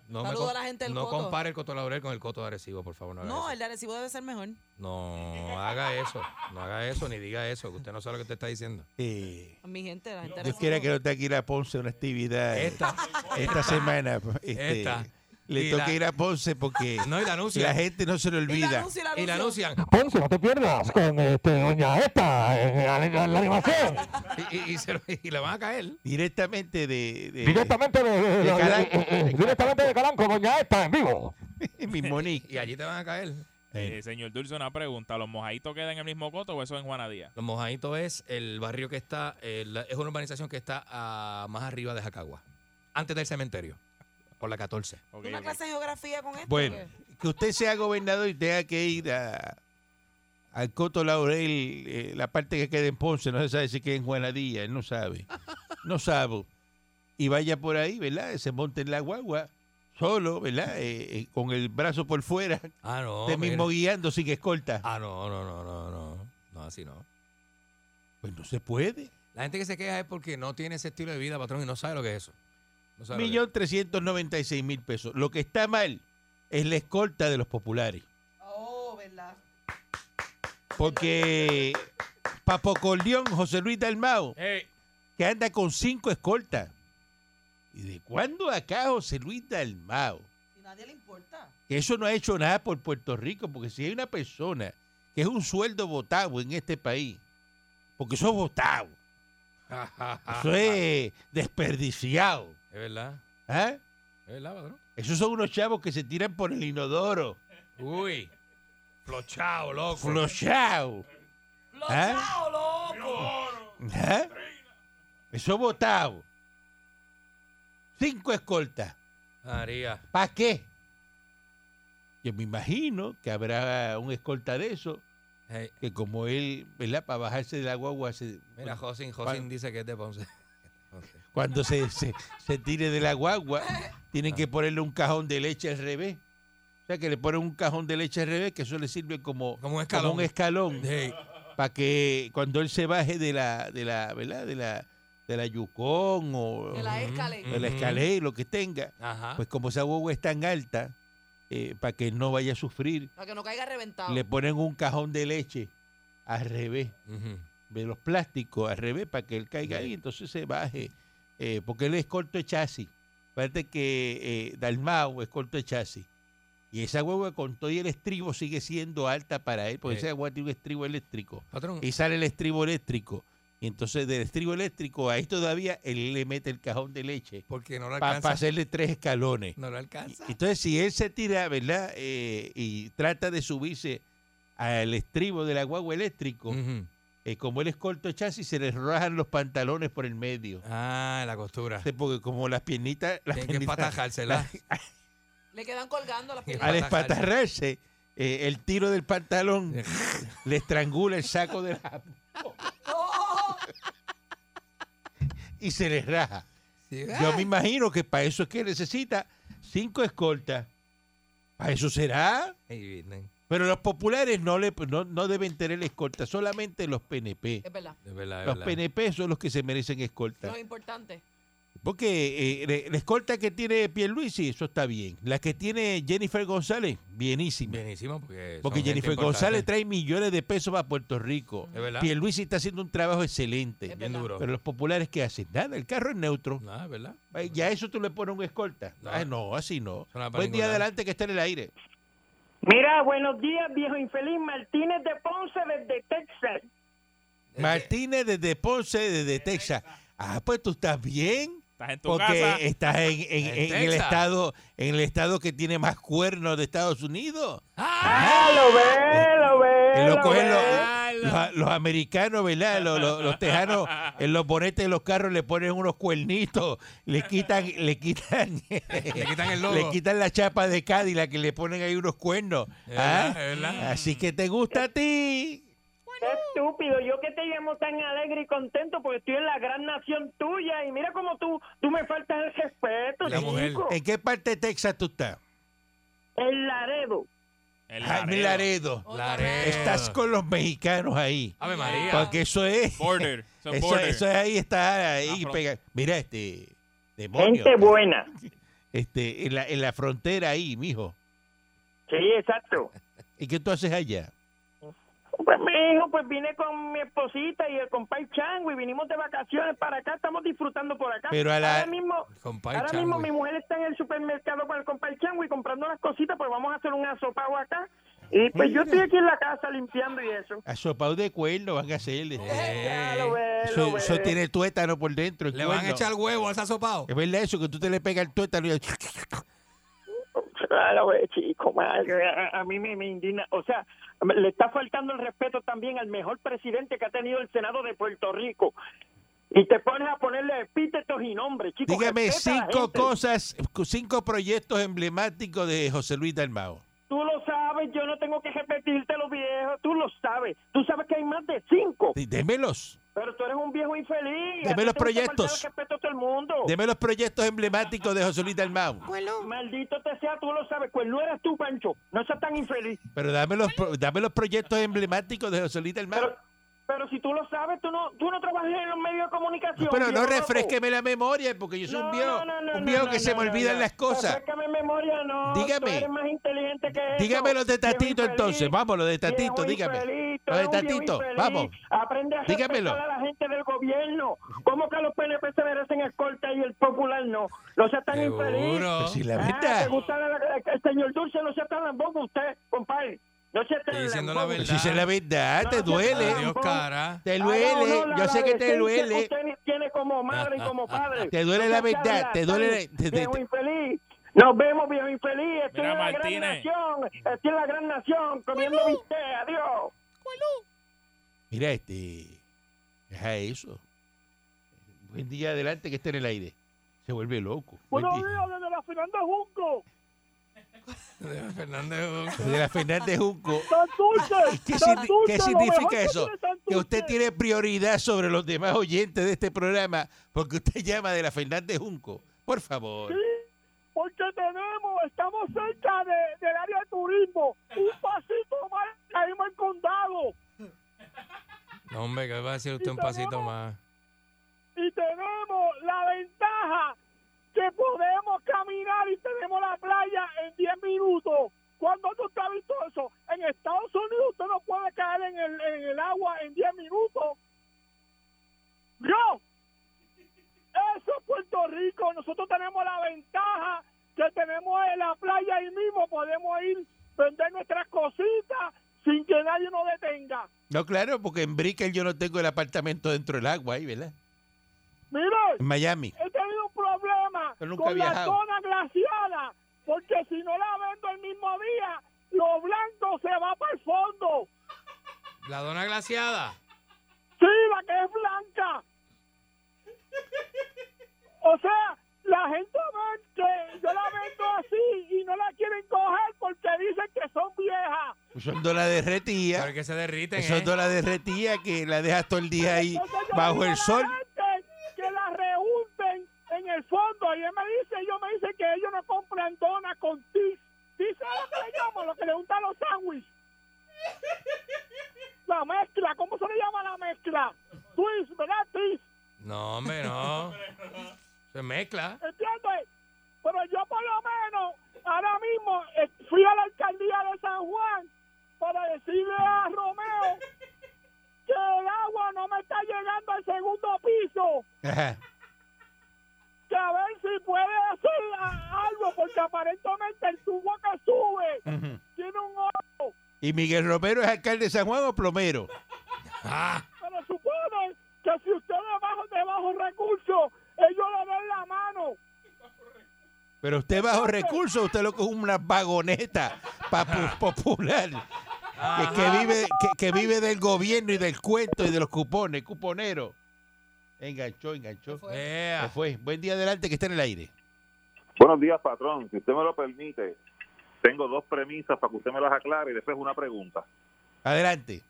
B: no
C: saludo
B: com-
C: a la gente del
B: no
C: Coto.
B: compare el Coto Laurel con el Coto de Arecibo, por favor. No, haga
C: No,
B: eso.
C: el de Arecibo debe ser mejor.
B: no haga eso. No haga eso ni diga eso, que usted no sabe lo que usted está diciendo.
A: Eh,
C: Mi gente, la gente de
A: Dios
C: Arecibo-
A: quiera que no te quiera a Ponce a una actividad eh,
B: Esta.
A: esta semana. este,
B: Esta.
A: Le
B: Y
A: toca
B: la-
A: ir a Ponce <laughs> porque
B: No, y la anuncia.
A: la gente no se le
C: Y la
A: olvida.
C: anuncia,
B: y la
C: anuncio.
B: anuncian.
D: Ponce, no te pierdas con este, Doña Esta, en la, la- la animación,
B: Y, y- y se lo- y le van a caer.
A: Directamente de, de-
D: directamente de, de-
A: de
D: de-
A: Calanco.
D: eh, eh, directamente de Calanco, Doña Esta, en vivo.
A: mi Monique.
B: Y allí te van a caer.
E: Eh, señor Dulce, una pregunta. ¿Los mojaditos quedan en el mismo coto o eso en Juanadía?
B: Los Mojaditos es el barrio que está, el- es una urbanización que está ah, más arriba de Jacagua, antes del cementerio, por la 14.
E: Ok,
C: ¿Una
E: ok.
C: clase de geografía con esto?
A: Bueno,
C: o qué?
A: que usted sea gobernador y tenga que ir a, al Coto Laurel, eh, la parte que queda en Ponce, no se sabe si queda en Juanadilla, él no sabe. No sabe. Y vaya por ahí, ¿verdad? Se monte en la guagua, solo, ¿verdad? Eh, eh, con el brazo
B: <laughs>
A: por fuera,
B: Ah, no.
A: usted mismo
B: mira.
A: guiando sin escolta.
B: Ah, no, no, no, no, no. No, así no.
A: Pues no se puede.
B: La gente que se queja es porque no tiene ese estilo de vida, patrón, y no sabe lo que es eso. No sabe lo que
A: Millón trescientos noventa y seis mil pesos. Lo que está mal es la escolta de los populares.
C: Oh, ¿verdad?
A: Porque Papo Cordión, José Luis Dalmao,
B: es. Ey,
A: que anda con cinco escoltas. ¿Y de cuándo acá José Luis Dalmao?
C: Y nadie le importa.
A: Que eso no ha hecho nada por Puerto Rico, porque si hay una persona que es un sueldo votado en este país, porque eso es votado,
B: Ah,
A: eso es desperdiciado,
B: <laughs> Es verdad.
A: ¿ah?
B: Es verdad, patrón.
A: Esos son unos chavos que se tiran por el inodoro,
B: Uy. Flochao, loco.
A: flochao.
C: ¡Lo
A: ¿Ah?
C: chao, loco!
A: ¿Ah? Eso votado. Cinco escoltas.
B: María.
A: ¿Para qué? Yo me imagino que habrá un escolta de eso,
B: Ey,
A: que como él, ¿verdad? Para bajarse de la guagua, se-
B: Mira, Josin, Josin dice que es de Ponce.
A: cuando se, se, se tire de la guagua, tienen
B: Ah.
A: que ponerle un cajón de leche al revés. O sea, que le ponen un cajón de leche al revés, que eso le sirve como,
B: <laughs> Como un escalón.
A: escalón,
B: Ey.
A: para que cuando él se baje de la, de la ¿verdad? De la, de la Yukon o
C: De la escalera.
A: de la
B: Ujú.
A: escalera, lo que tenga,
B: Ajá.
A: pues como esa guagua es tan alta, para que no vaya a sufrir,
C: Para que no caiga reventado.
A: le ponen un cajón de leche al revés,
B: Ujú.
A: de los plásticos al revés, para que él caiga ahí, entonces se baje, eh, porque él es corto de chasis. Parece que eh, Dalmau es corto de chasis. Y esa guagua con todo y el estribo sigue siendo alta para él, porque
B: Sí. Mm.
A: esa guagua tiene un estribo eléctrico.
B: Patrón,
A: Y sale el estribo eléctrico. Y entonces del estribo eléctrico, ahí todavía él le mete el cajón de leche
B: porque no lo
A: para
B: alcanza.
A: hacerle tres escalones.
B: No lo alcanza.
A: Entonces, si él se tira, ¿verdad? Eh, y trata de subirse al estribo del guagua eléctrico,
B: Ujú.
A: eh, como él es corto de chasis, se le rajan los pantalones por el medio.
B: Ah, la costura.
A: Sí, Porque como las piernitas... Las
B: Tiene que <laughs>
A: piernitas-
B: patajársela.
C: Le quedan colgando las
A: <laughs> al
C: piernas.
A: espatarrarse, eh, el tiro del pantalón le estrangula el saco de la... <laughs>
C: ¡Oh!
A: y se le raja.
B: Sí,
A: Yo
B: ah.
A: me imagino que para eso es que necesita cinco escoltas. Para eso será...
B: Ay, Virgen,
A: Pero los populares no, le, no, no deben tener escolta, solamente los PNP.
C: Es verdad.
B: Es verdad, es
A: Los
B: verdad.
A: PNP son los que se merecen escolta.
C: Lo importante.
A: Porque eh, le- la escolta que tiene Pierluisi, eso está bien. La que tiene Jennifer González, bienísima.
B: Bienísimo, porque.
A: Porque
B: son gente
A: Jennifer
B: importante.
A: González trae millones de pesos para Puerto Rico.
B: Es verdad.
A: Pierluisi está haciendo un trabajo excelente.
C: Es
B: Bien
C: verdad.
B: duro.
A: Pero los populares, ¿qué hacen? Nada, el carro es neutro.
B: No, es verdad.
A: Ay, Ya eso tú le pones un escolta.
B: No.
A: Ah, no, así no.
B: Eso no va para
A: Buen
B: ningún
A: día
B: lado.
A: adelante que está en el aire.
F: Mira, buenos días, viejo infeliz. Martínez de Ponce desde Texas.
A: Martínez desde Ponce, desde Texas. Ah, pues tú estás bien.
E: Estás en tu
A: Porque
E: casa.
A: estás en, en-
B: En
A: en el
B: Texas.
A: estado, en el estado que tiene más cuernos de Estados Unidos.
F: Ah, lo ve, lo
A: Que
F: ve.
A: lo
F: lo
A: cogen
F: ve.
A: los, los- los americanos, ¿verdad? Los, los- los
B: <laughs>
A: tejanos en los bonetes de los carros le ponen unos cuernitos, le quitan, le quitan,
B: <laughs> Le quitan el logo.
A: <laughs> le quitan la chapa de Cadillac que le ponen ahí unos cuernos.
B: Es
A: ¿Ah?
B: verdad, es verdad.
A: Así que te gusta a ti.
F: Qué estúpido, yo que te llamo tan alegre y contento porque estoy en la gran nación tuya y mira como tú, tú me faltas el respeto,
B: La mujer.
F: chico.
A: ¿En qué parte de Texas tú estás?
F: El Laredo.
E: El
A: Jaime
E: Laredo.
A: Laredo.
B: Laredo. Ah,
A: Estás con los mexicanos ahí.
B: Ave María.
A: Porque eso es. <laughs>
E: Border. Son
A: Eso,
E: border.
A: eso es ahí está ahí
E: La fron-
A: pega- Mira este demonio.
F: Gente buena.
A: Este en la, en la frontera ahí, mijo.
F: Sí, exacto.
A: ¿Y qué tú haces allá?
F: Pues mi hijo, pues vine con mi esposita y el compay Chango y vinimos de vacaciones para acá, estamos disfrutando por acá.
A: Pero a la-
F: Ahora mismo,
B: Compay
F: ahora
B: Changui.
F: mismo mi mujer está en el supermercado con el compay Chango y comprando las cositas, pues vamos a hacer un asopado acá. Y pues yo estoy aquí en la casa limpiando y eso.
A: Asopado de cuerno van a hacerle.
F: Ya lo ve, Eh, lo
A: Eso,
F: ve.
A: eso tiene tuétano por dentro. el
B: Eh, Le van a
A: cuerno.
B: echar huevo al sopao.
A: Es verdad eso que tú te le pegas el tuétano y
F: Ya Ah, lo ve, chico, madre, a, a mí me, me indigna. O sea, le está faltando el respeto también al mejor presidente que ha tenido el Senado de Puerto Rico. Y te pones a ponerle epítetos y nombres, chico.
A: dígame
F: respeta a la
A: cinco
F: gente.
A: cosas, cinco proyectos emblemáticos de José Luis Dalmao.
F: Tú lo sabes, yo no tengo que repetirte los viejos, tú lo sabes. Tú sabes que hay más de cinco,
A: Dí- Démelos.
F: pero tú eres un viejo infeliz.
A: Deme
F: A ti
A: los
F: te gusta
A: proyectos.
F: faltar el respeto a todo el mundo.
A: Deme los proyectos emblemáticos de José Luis Dalmao.
F: Maldito te sea, tú lo sabes, pues no eras tú, Pancho. No seas tan infeliz.
A: Pero dame los, pro- dame los proyectos emblemáticos de José Luis Dalmao.
F: Pero, pero si tú lo sabes, tú no, tú no trabajas en los medios de comunicación.
A: Pero no
F: viejo loco.
A: refresqueme la memoria, porque yo soy un
F: No, no,
A: viejo,
F: no, no,
A: un viejo
F: no,
A: que
F: no,
A: se me
F: no,
A: olvidan
F: no.
A: las cosas.
F: Refrescame memoria, no.
A: Dígame.
F: Tú eres más inteligente que eso.
A: Dígame los de Tatito,
F: Viejo infeliz,
A: entonces. Vamos, los de Tatito,
F: viejo
A: dígame.
F: infeliz, tú
A: Los de
F: eres un viejo
A: Tatito,
F: infeliz.
A: vamos.
F: Aprende a Dígamelo.
A: Dígamelo.
F: a la gente del gobierno. ¿Cómo que los PNP se merecen escolta y el popular no? No seas tan infeliz.
A: Pero
B: Seguro.
A: si la
F: Ah,
A: verdad,
F: te gusta la- la- el señor Dulce, no sea tan lambón usted, compadre. No sea tan
B: Estoy diciendo
F: lambón.
B: la
A: pero si es la verdad,
F: No,
A: te
F: no,
A: duele,
F: Ah, no,
B: Dios, cara.
A: te
F: Haga
A: duele,
F: honor a
A: yo
F: la
A: sé que te
F: decencia
A: duele. Ah,
F: que usted tiene como madre y como padre.
A: Te duele
F: No
A: la
F: sea
A: verdad, te duele la-
F: charlatán,
A: te- te-
F: Viejo infeliz. Nos vemos, viejo infeliz. Estoy
E: Mira,
F: en la gran
E: Martínez.
F: nación. Estoy en la gran nación comiendo bistec. Adiós.
A: Mira, este, deja eso. Buen día adelante que esté en el aire. Se vuelve loco. Buen día.
F: desde la Fernanda Junco.
B: Fernández.
A: De la Fernández Junco.
F: <laughs> Tan dulce.
A: Ah, ¿Qué, signi- qué significa eso? Que usted tiene prioridad sobre los demás oyentes de este programa porque usted llama de la Fernández Junco. Por favor.
F: Porque tenemos, estamos cerca del área de turismo. Un pasito más caímos el condado.
B: No, hombre, que va a decir usted un pasito más.
F: y tenemos la ventaja que podemos caminar y tenemos la playa en 10 minutos. ¿Cuándo tú te has visto eso? En Estados Unidos usted no puede caer en el, en el agua en 10 minutos. ¡No! Eso es Puerto Rico. Nosotros tenemos la ventaja que tenemos en la playa ahí mismo. Podemos ir, vender nuestras cositas sin que nadie nos detenga.
A: No, claro, porque en Brickell yo no tengo el apartamento dentro del agua ahí, ¿verdad?
F: Mire,
A: En Miami.
F: he tenido un problema
A: Pero nunca he
F: con la
A: viajado.
F: zona glaciada, porque si no la vendo el mismo día, lo blanco se va para el fondo.
B: La dona glaciada.
F: Sí, la que es blanca. O sea, la gente ve que yo la vendo así y no la quieren coger porque dicen que son viejas.
A: Son dólares de
B: Pero
A: retía.
B: que se derriten,
A: Son
B: ¿eh?
A: dólares de retía que la dejas todo el día ahí
F: Entonces yo
A: bajo
F: digo a
A: el
F: la
A: sol.
F: gente Que la rehunten en el fondo. Y él me dice, ellos me dicen que ellos no compran donas con tis. ¿Tis sabes lo que le llaman? Lo que le gustan los sándwiches. La mezcla, ¿cómo se le llama la mezcla? Twist, ¿verdad? Tis.
B: No, hombre, no. Se mezcla.
F: ¿Entiendes? Pero yo por lo menos ahora mismo eh, fui a la alcaldía de San Juan para decirle a Romeo que el agua no me está llegando al segundo piso.
A: Ajá.
F: que a ver si puede hacer a- algo, porque que aparentemente el tubo que sube
A: Ujú.
F: tiene un oro,
A: ¿Y Miguel Romero es alcalde de San Juan o plomero? Ah.
F: pero suponen que si ustedes bajan de bajos recursos, ellos le dan la mano.
A: Pero usted bajo recursos, usted lo coge una vagoneta pa- pu- popular. Que, que vive, que, que vive del gobierno y del cuento y de los cupones, cuponero. Enganchó, enganchó. Se
B: Ea.
A: fue. Buen día adelante, que está en el aire.
G: Buenos días, patrón. Si usted me lo permite, tengo dos premisas para que usted me las aclare y después una pregunta.
A: Adelante.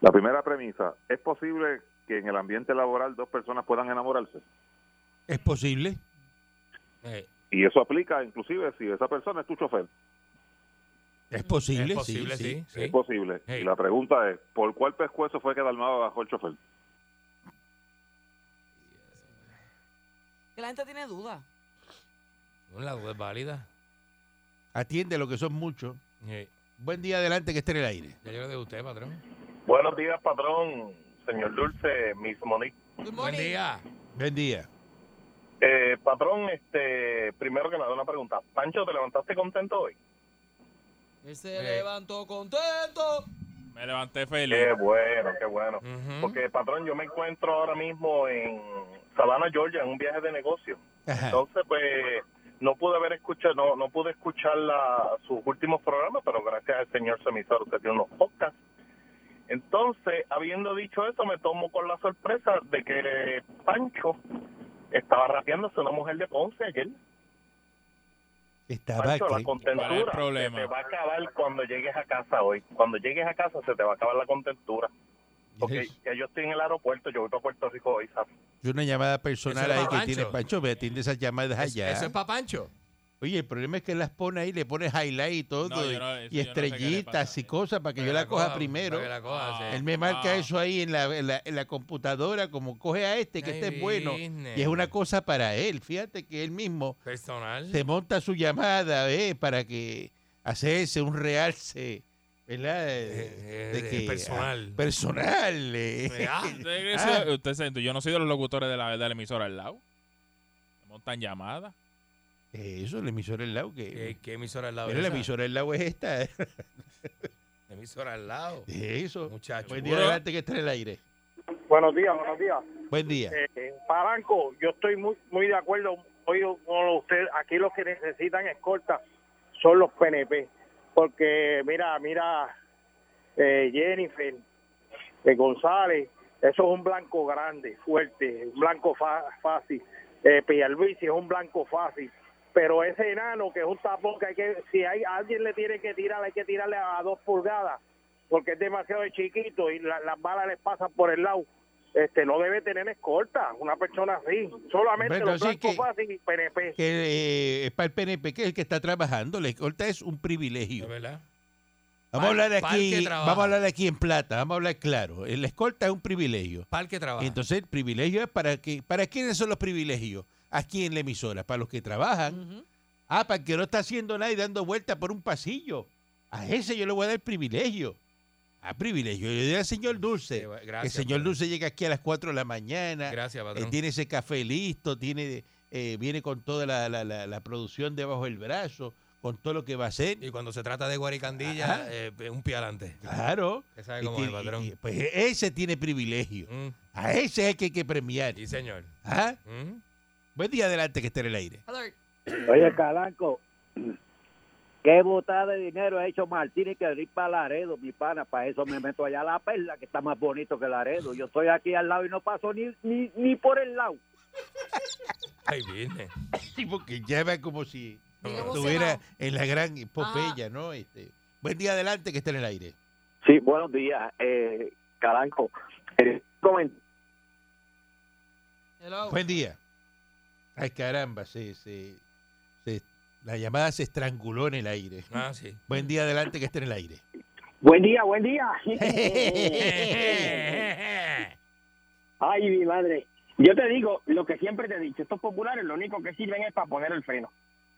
G: La primera premisa, ¿es posible que en el ambiente laboral dos personas puedan enamorarse?
A: ¿Es posible?
B: Eh,
G: Y eso aplica inclusive si esa persona es tu chofer.
A: ¿Es posible?
B: Es posible, sí. sí.
G: Es posible.
B: Hey.
G: Y la pregunta es, ¿por cuál pescuezo fue que Dalmado bajó el chofer?
C: Que la gente tiene dudas.
B: Una duda es válida.
A: Atiende lo que son muchos.
B: Eh,
A: Buen día adelante, que está en el aire.
B: ya yo lo de usted, patrón.
H: Buenos días, patrón, señor Dulce, Miss Monique.
B: Buen día.
A: Buen día.
H: Eh, patrón, este, primero que nada, una pregunta. Pancho, ¿te levantaste contento hoy?
I: Él se
B: Eh.
I: levantó contento.
E: Me levanté feliz.
A: Eh,
E: Ah.
H: Qué bueno, qué bueno.
B: Ujú.
H: Porque, patrón, yo me encuentro ahora mismo en Savannah, Georgia, en un viaje de negocio.
A: Ajá.
H: Entonces, pues, no pude haber escuchado, no, no pude escuchar la- sus últimos programas, pero gracias al señor Semisor, usted tiene unos podcasts. Entonces, habiendo dicho eso, me tomo con la sorpresa de que Pancho estaba rapeándose a una mujer de Ponce ayer.
A: Estaba
H: Pancho,
A: que-
H: la
E: ¿Cuál es el
H: contentura
E: problema?
H: se te va a acabar cuando llegues a casa hoy. Cuando llegues a casa se te va a acabar la contentura. Porque
A: es
H: ya yo estoy en el aeropuerto, yo voy para Puerto Rico hoy, ¿sabes?
A: una llamada personal
B: Eso es
A: ahí
B: pa'
A: que tiene
B: Pancho.
A: Pancho. Me atiende esas
B: Es-
A: llamadas allá.
B: Eso es para Pancho.
A: Oye, el problema es que las pone ahí, le pones highlight y todo,
E: No, yo no- eso
A: y
E: yo no sé qué le
A: estrellitas
E: pasa.
A: y cosas para que
B: Para
A: yo la coja
B: coja-
A: primero.
B: para que la coja, sí.
E: Ah.
A: Él me marca
E: Ah.
A: eso ahí en la, en, la, en la computadora, como coge a este, que
B: Ay,
A: este es bueno.
B: business.
A: Y es una cosa para él. Fíjate que él mismo
B: Personal.
A: se monta su llamada ¿eh? para que hacerse un realce, ¿verdad?
B: Eh, eh, personal.
A: ah, personal. eh.
B: Ah,
E: Usted- usted- usted se- yo no soy de los locutores de la, de la emisora al lado. Me montan llamadas.
A: <laughs> Eh, Eso, la emisora del lado. Que,
B: ¿Qué, Eh, qué emisora al lado?
A: mira, la
B: esa?
A: emisora del lado es esta. eh. <laughs>
B: La emisora al lado.
A: Eso.
B: Muchacho.
A: Buen día, adelante que está en el aire.
F: Buenos días, buenos días.
A: Buen día.
F: Eh, Paranco, yo estoy muy, muy de acuerdo hoy con usted. Aquí los que necesitan escolta son los PNP. Porque mira, mira, eh, Jennifer, eh, González, eso es un blanco grande, fuerte, un blanco fa- fácil. Eh, Pierluisi es un blanco fácil. Pero ese enano que es un tapón que hay que, si hay alguien le tiene que tirar, hay que tirarle a dos pulgadas, porque es demasiado chiquito y la- las balas le pasan por el lado. Este, no debe tener escolta, una persona así. Solamente
A: Bueno,
F: los
A: así
F: blancos
A: que-
F: fácil y PNP.
A: que eh, es para el PNP, que es el que está trabajando. La escolta es un privilegio.
B: ¿De verdad?
A: Vamos a
B: Pa'l-
A: hablar
B: pa'l que
A: aquí,
B: trabaja.
A: vamos a hablar aquí en plata, vamos a hablar claro. La escolta es un privilegio.
B: Pal que trabaja.
A: Entonces, el privilegio es para que, ¿para quiénes son los privilegios? Aquí en la emisora, para los que trabajan.
B: Mm.
C: Ujú.
A: Ah, para el que no está haciendo nada y dando vueltas por un pasillo. A ese yo le voy a dar privilegio. A privilegio. Yo le doy al señor Dulce.
B: Eh,
A: Que
B: gracias,
A: Este, el señor
B: patrón.
A: Dulce llega aquí a las 4 de la mañana.
B: Gracias,
A: Él
B: patrón.
A: tiene ese café listo, tiene, eh, viene con toda la, la- la- la producción debajo del brazo, con todo lo que va a hacer.
B: Y cuando se trata de
A: Ajá.
B: Guaricandilla, eh, un pie adelante.
A: Claro.
B: Usted sabe
A: Y
B: cómo es,
A: tiene-
B: patrón.
A: y- y- pues ese tiene privilegio.
B: Mm,
A: A ese es el que hay que premiar. ¿Ah?
B: Sí, señor.
A: Ajá.
B: Mm.
A: Buen día adelante que esté en el aire.
C: Alert.
F: Oye, Calanco, <clears throat> qué botada de dinero ha hecho Martínez que ir para Laredo, mi pana. Para eso me meto allá a la perla, que está más bonito que Laredo. Yo estoy aquí al lado y no paso ni, ni, ni por el lado.
B: Ay, viene.
A: Sí, porque llama como si
C: Bien
A: estuviera
C: emocionado.
A: en la gran epopeya, ¿no? Este, buen día adelante que esté en el aire.
H: Sí, buenos días, eh, Caranco.
F: Eh,
I: Hello.
A: Buen día. Ay, caramba, se- se- se- la llamada se estranguló en el aire.
B: Ah, sí.
A: Buen día adelante que esté en el aire.
F: Buen día, buen día.
E: É.
F: Ay, mi madre. Yo te digo lo que siempre te he dicho. Estos populares lo único que sirven es para poner el freno.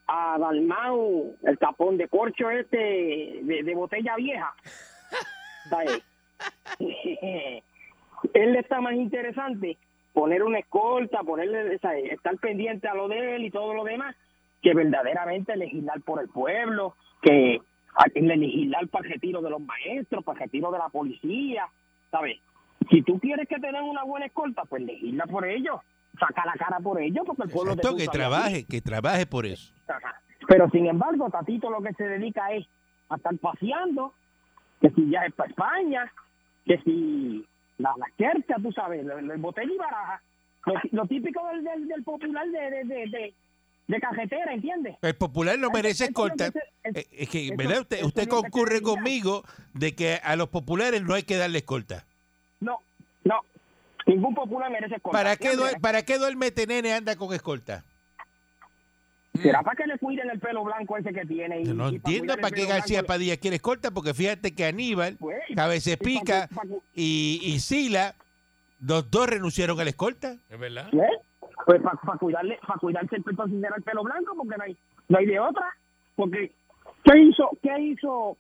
F: A Dalmau, el tapón de corcho este de, de botella vieja.
J: <laughs>
F: ¿Sabes? él le está más interesante poner una escolta, ponerle, ¿sabes? estar pendiente a lo de él y todo lo demás,
J: que verdaderamente legislar por el pueblo, que a- legislar para el retiro de los maestros, para el retiro de la policía, ¿sabes? Si tú quieres que te den una buena escolta, pues legisla por ellos, saca la cara por ellos, porque el pueblo
A: Esto
J: te
A: que
J: puso a ti.
A: trabaje, que trabaje por eso.
J: Ajá. Pero sin embargo, Tatito lo que se dedica es a estar paseando, que si ya es para España, que si la, la cerca, tú sabes, el, el botella y baraja, lo, lo típico del, del, del popular de, de, de, de, de carretera, ¿entiendes?
A: El popular no merece
J: Eso es lo
A: escolta.
J: que se- es-
A: Eh, Es que,
J: eso-
A: ¿verdad? Usted,
J: eso
A: usted
J: es lo que se
A: concurre
J: debería.
A: conmigo de que a los populares no hay que darle escolta.
J: No, no, ningún popular merece escolta.
A: ¿Para qué,
J: Siempre,
A: duer- ¿Para qué duerme Tenene anda con escolta?
J: ¿Será para que le cuiden el pelo blanco ese que tiene? y-
A: Yo no
J: y pa'
A: entiendo
J: cuidar el
A: para qué
J: pelo
A: García
J: blanco?
A: Padilla quiere escolta, porque fíjate que Aníbal,
J: Pues,
A: Cabeza Pica y, y Sila, los dos renunciaron a la escolta.
J: <laughs>
B: Es verdad.
J: ¿Qué? Pues para cuidarle, para cuidarse el pelo, para cuidar el pelo blanco, porque no hay, no hay de otra. Porque, ¿qué hizo, qué hizo,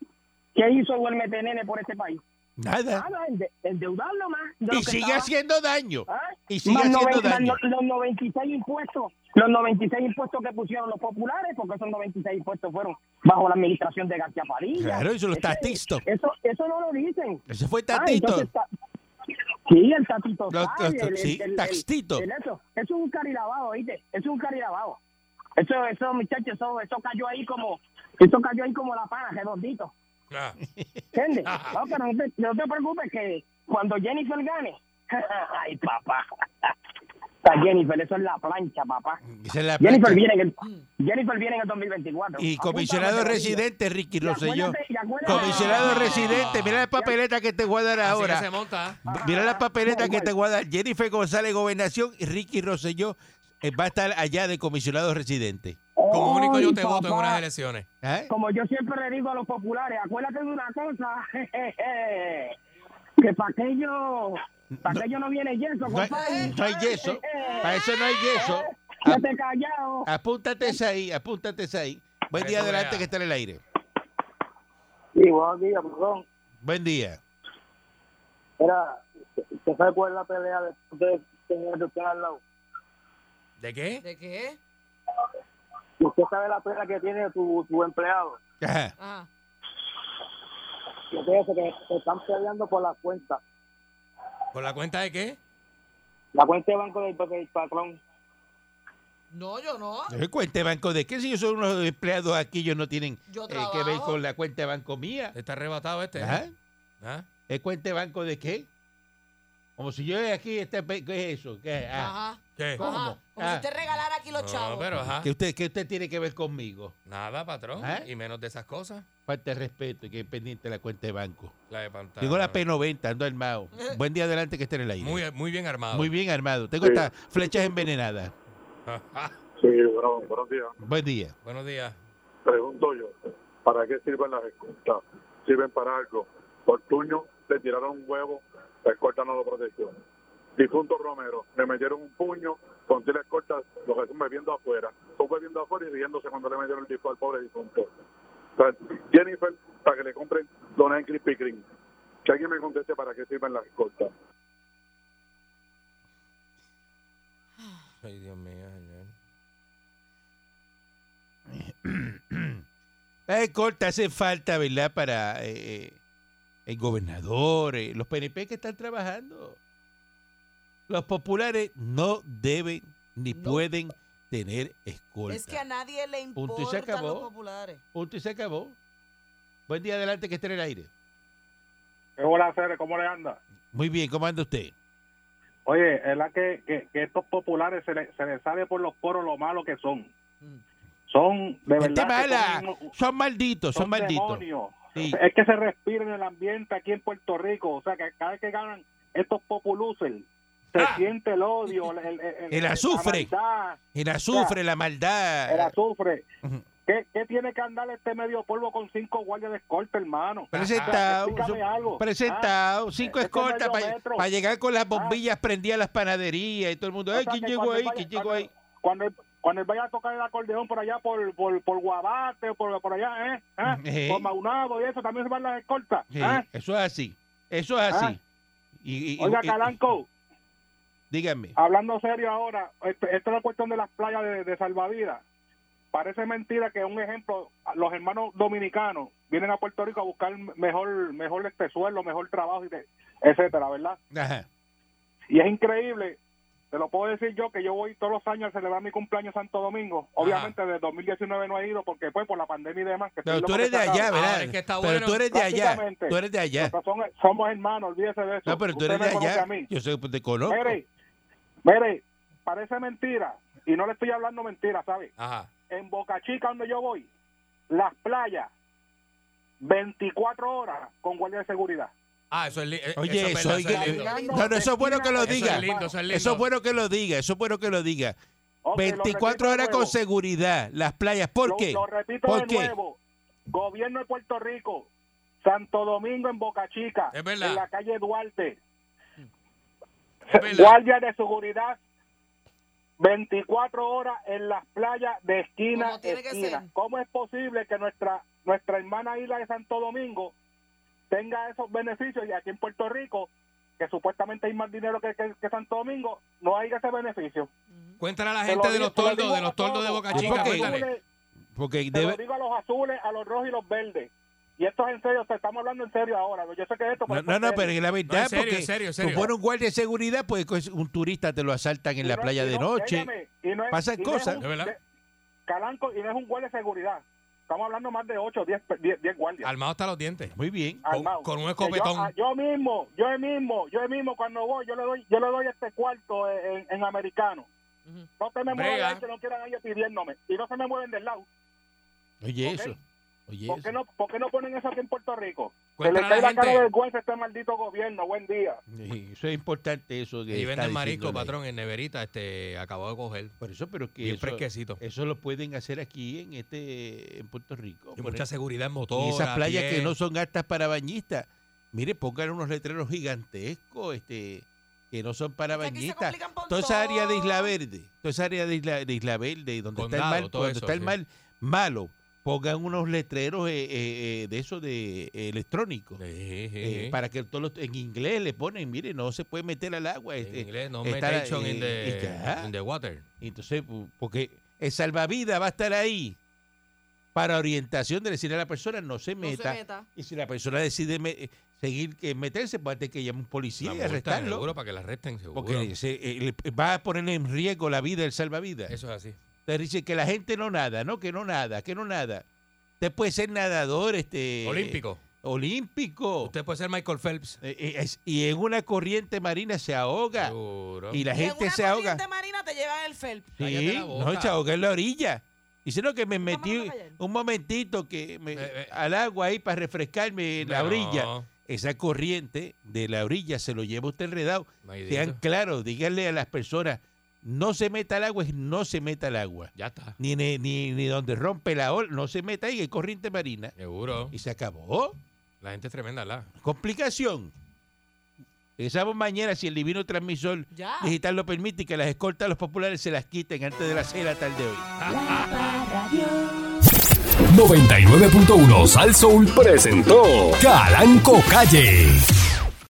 J: qué hizo Duérmete Nene por este país?
A: Nada.
J: Nada, ende- endeudarlo más. Ah, de lo
A: Ah. Y
J: que
A: sigue
J: estaba.
A: haciendo daño.
J: ¿Ah?
A: Y sigue
J: Más
A: haciendo
J: noventa-
A: daño.
J: más no- Los 96 impuestos, los 96 impuestos que pusieron los populares, porque esos 96 impuestos fueron bajo la administración de García Padilla.
A: Claro, eso lo
J: Ese-
A: está Tito.
J: Eso, eso no lo dicen.
A: Ese fue
J: Ah,
A: Tatito.
J: entonces ta- sí, el tatito.
A: Los-
J: sabe,
A: los-
J: el-
A: sí,
J: el- el-
A: Taxtito.
J: el eso. Eso es un carilabado, ¿viste? Eso es un carilabado. Eso, eso, muchachos, eso, eso cayó ahí como, eso cayó ahí como la pana, redondito.
B: Ah,
A: <laughs>
J: ¿Entiendes? No, pero no te, no te preocupes que cuando Jennifer gane, <laughs> ay papá, está Jennifer, eso es la plancha, papá.
A: Esa es la
J: Jennifer
A: plancha.
J: viene, en el, Jennifer viene en el 2024.
A: Mm. Y
J: Apúntame,
A: comisionado
J: Rodríguez.
A: residente, Ricky Rosselló.
J: acuérdate- y acuérdate-
A: Comisionado
J: Ah.
A: residente, mira la papeleta que te voy a dar
B: Así
A: ahora.
B: que se monta.
A: Mira
J: Ah,
A: la papeleta que te voy a dar. Jennifer González, gobernación, y Ricky Rosselló eh, va a estar allá de comisionado residente. ¿Ah?
B: Como único yo
J: Ay,
B: te voto en
J: papá.
B: unas elecciones.
J: Como yo siempre le digo a los populares, acuérdate de una cosa, <laughs> que para aquello, para aquello no viene yeso,
A: No hay,
J: compadre.
A: no hay yeso. Para eso no hay yeso.
J: Ya te callado.
A: Apúntate esa ahí, apúntate esa ahí. Buen día,
J: Eso vea.
A: adelante, que está en el aire.
K: Sí, buenos días, perdón.
A: Buen día.
K: Era, ¿te sabes cuál es la pelea de ustedes tener de usted al lado?
B: ¿De
A: Pues-
B: qué?
I: ¿De qué?
K: ¿Usted sabe la pelea que tiene tu, tu empleado?
I: Ajá.
K: Que es eso, que se están peleando por la cuenta.
B: ¿Por la cuenta de qué?
K: La cuenta de banco del, del patrón.
I: No, yo no.
A: ¿Eh, Cuenta de banco de qué? Si yo soy unos empleados aquí, ellos no tienen
I: Yo
A: eh, que ver con la cuenta de banco mía.
B: Está arrebatado este.
A: Ajá.
B: ¿Ah?
A: ¿Es cuenta de banco de qué? Como si yo aquí, este, pe- ¿qué es eso? ¿Qué? Ah,
C: Ajá.
B: ¿Qué?
A: ¿Cómo?
C: Ajá. Como
A: Ah.
C: si usted regalara aquí los chavos.
B: pero ajá.
A: ¿Qué usted, qué usted tiene que ver conmigo?
B: Nada, patrón.
A: ¿Ah?
B: Y menos de esas cosas.
A: Falta de respeto y que es pendiente la cuenta de banco.
B: La de pantalla.
A: Llegó la P90, ando armado. Buen día adelante que esté en el aire.
B: Muy, muy bien armado.
A: Muy bien armado. Tengo estas flechas envenenadas.
G: Sí, bueno, buenos días.
A: Buen día.
B: <laughs> Buenos días.
G: Pregunto yo, ¿para qué sirven las escoltas? ¿Sirven para algo? Fortunio le tiraron un huevo, la escolta no lo protegió. Difunto Romero, le metieron un puño, con tres escoltas, lo que están bebiendo afuera. Fue bebiendo afuera y riéndose cuando le metieron el disco al pobre difunto. O sea, Jennifer, para que le compren donar en Krispy Kreme. Que alguien me conteste para qué sirven las escoltas.
B: Ay, Dios mío, señor.
A: Las escoltas hacen falta, ¿verdad? Para eh, el gobernador, eh, los PNP que están trabajando. Los populares no deben ni pueden tener escolta.
C: Es que a nadie le
A: Punto
C: importa
A: y se acabó.
C: los populares.
A: Punto y se acabó. Buen día adelante que esté en el aire.
L: Hola, Cere, ¿cómo le anda?
A: Muy bien, ¿cómo anda usted?
L: Oye, es verdad que, que, que estos populares se les se les sale por los poros lo malo que son. Son, de
A: Gente
L: verdad. que
A: Este mala.
L: son un-
A: Son malditos, son,
L: son
A: malditos.
L: demonios.
A: Sí.
L: Es que se respira en el ambiente aquí en Puerto Rico. O sea, que cada vez que ganan estos populuses, se siente el odio, el, el, el-
A: Ah. El
L: la
A: azufre. Eh.
L: maldad, <laughs>
A: El azufre, la maldad.
L: el azufre. ¿Qué, qué tiene que andar este medio polvo con cinco guardias de escolta, hermano?
A: Presentado,
L: O sea, explícame algo.
A: presentado,
L: Ah,
A: cinco
L: este
A: escoltas
L: medio
A: para
L: metro.
A: llegar con las bombillas prendidas a las panaderías y todo el mundo,
L: O
A: ay,
L: sea,
A: ¿quién
L: que
A: llegó
L: cuando
A: ahí?
L: él vaya-
A: ¿Quién llegó ahí?
L: cuando él, cuando él vaya a tocar el acordeón por allá, por, por, por Guabate, por, por allá, ¿eh?
A: <laughs>
L: ¿Ah?
A: Ejé.
L: Por Maunabo y eso, también se van las escoltas.
A: Sí,
L: ¿ah?
A: Eso es así, eso es así. Y, y-
L: Oiga,
A: y-
L: Calanco,
A: díganme,
L: hablando serio ahora, este- esta es la cuestión de las playas de, de salvavidas. parece mentira que un ejemplo, los hermanos dominicanos vienen a Puerto Rico a buscar mejor, mejor este sueldo, mejor trabajo, y de- etcétera, ¿verdad?
A: Ajá.
L: Y es increíble, te lo puedo decir yo, que yo voy todos los años a celebrar mi cumpleaños en Santo Domingo. Obviamente desde 2019 no he ido porque pues por la pandemia y demás. que
A: Pero
L: estoy
A: tú
L: loco
A: eres
L: que
A: de
L: se
A: allá,
L: acabe.
B: Ah,
A: ¿verdad? Pero tú eres de allá.
L: Prácticamente.
A: Tú eres de allá.
L: Nosotros son- somos hermanos, olvídese de eso.
A: No, pero tú
L: Usted
A: eres
L: me
A: de
L: conoce
A: allá.
L: a mí.
A: Yo sé, pues, te conozco.
L: Mire, mire, parece mentira, y no le estoy hablando mentira, ¿sabes? En Boca Chica, donde yo voy, las playas, 24 horas con guardia de seguridad.
B: Ah, eso es li- eh,
A: Oye,
B: es
A: eso,
B: verdad,
A: hay
B: es
A: que-
B: lindo.
A: no, no, eso es bueno que lo
B: Eso es
A: diga.
B: lindo, eso es lindo.
A: bueno que lo diga, eso es bueno que lo diga.
L: Ok, lo
A: 24
L: repito
A: horas
L: de
A: con
L: nuevo.
A: seguridad, las playas. ¿Por
L: Lo-
A: qué?
L: Lo, repito
A: ¿Por
L: de
A: qué?
L: nuevo. Gobierno de Puerto Rico, Santo Domingo en Boca Chica,
B: Es verdad.
L: en la calle Duarte. Guardia de seguridad 24 horas en las playas de esquina a
I: Como tiene que
L: esquina.
I: ser.
L: ¿Cómo es posible que nuestra nuestra hermana isla de Santo Domingo tenga esos beneficios y aquí en Puerto Rico, que supuestamente hay más dinero que, que- que Santo Domingo, no haya ese beneficio?
B: Cuéntale a la
L: Te lo
B: gente de
L: digo-
B: los
L: te lo
B: toldos,
L: digo
B: de
L: a
B: los toldos de
L: todos,
B: Boca
L: a los
B: Chica,
L: azules,
B: cuéntale.
A: Porque
L: Te lo
A: debe-
L: digo a los azules, a los rojos y los verdes. Y esto es en serio, o sea, estamos hablando en serio ahora. Yo sé que esto... pues,
A: No, no, no, pero es la verdad,
L: en serio,
A: porque
L: en serio, en
A: tú
L: serio.
A: pones un guardia de seguridad, pues pues, un turista te lo asaltan en la playa de noche. Pasan cosas.
L: Calanco, y no es un guardia de seguridad. Estamos hablando más de 8 o 10, pe- 10, 10 guardias.
B: Armado hasta los dientes.
A: Muy bien.
L: armados.
B: Con un
L: Que yo-
B: escopetón.
L: ah, Yo, mismo, yo mismo, yo mismo cuando voy, yo le doy, yo le doy este cuarto en, en americano. No se me mueven,
B: Brega.
L: ahí, que no quieran ellos pidiéndome. Y no se me mueven del lado.
A: Oye,
L: Ok.
A: eso. Oye,
L: ¿Por
A: eso.
L: qué, no, ¿Por qué no ponen eso aquí en Puerto Rico? Se
A: Cuéntale
L: le
A: a
L: cae
A: la
L: la cara
A: gente.
L: de vergüenza a este maldito gobierno. Buen día.
A: <laughs> Sí, eso es importante, eso que
B: Y
A: está
B: venden marisco,
A: diciéndole.
B: patrón, en neverita, este, acabado de coger.
A: Por eso, pero que
B: Bien
A: eso,
B: fresquecito.
A: eso lo pueden hacer aquí en este en Puerto Rico.
B: Y
A: Por
B: mucha
A: eso-
B: seguridad en
A: Y
B: motora,
A: esas playas que
B: piel.
A: no son aptas para bañistas. Mire, pongan unos letreros gigantescos, este, que no son para bañistas. Toda esa área de Isla Verde, toda esa área de Isla, de Isla Verde, donde
B: Condado,
A: está el mal,
B: todo
A: cuando
B: eso,
A: está el
B: sí.
A: mal malo, pongan unos letreros eh, eh, eh, de eso de eh, electrónico. Eh,
B: sí.
A: para que todos los- en inglés le ponen, mire, no se puede meter al agua.
B: En
A: este,
B: inglés, no
A: está,
B: meditation
A: eh,
B: in, the,
A: y ya.
B: in the water.
A: Y Entonces, pu- porque el salvavidas va a estar ahí para orientación de decirle a la persona no se meta.
I: meta.
A: Y si la persona decide me- eh, seguir que meterse, pues antes que llame un policía y
B: La multa,
A: arrestarlo.
B: seguro, para que la arresten, seguro.
A: porque se- eh, le- va a poner en riesgo la vida del salvavidas.
B: Eso es así.
A: Entonces dice que la gente no nada, no, que no nada, que no nada. Usted puede ser nadador, este.
B: Olímpico.
A: Olímpico.
B: Usted puede ser Michael Phelps.
A: Eh, eh, es- y en una corriente marina se ahoga. Y la
C: Y en
A: gente
C: una
A: se ahoga.
C: corriente marina te llevan el felp.
B: Cállate
A: Sí,
B: la
A: no,
B: boca.
A: se ahogó en la orilla. Dice, no, que me metí
C: a callar.
A: un momentito que
B: Eh,
A: me- al agua ahí para refrescarme en la
B: No.
A: orilla. Esa corriente de la orilla se lo lleva usted enredado.
B: Maidito.
A: Sean claros, díganle a las personas, no se meta al agua, es no se meta al agua.
B: Ya está.
A: Ni, ni, ni, ni donde rompe la ola, no se meta ahí, es corriente marina.
B: Seguro.
A: Y se acabó.
B: La gente es tremenda, la.
A: Complicación. Pensamos mañana si el divino transmisor
B: Ya.
A: digital lo permite y que las escoltas a los populares se las quiten antes de las 6 de la tarde de hoy.
M: 99.1 Sal Soul presentó Calanco Calle.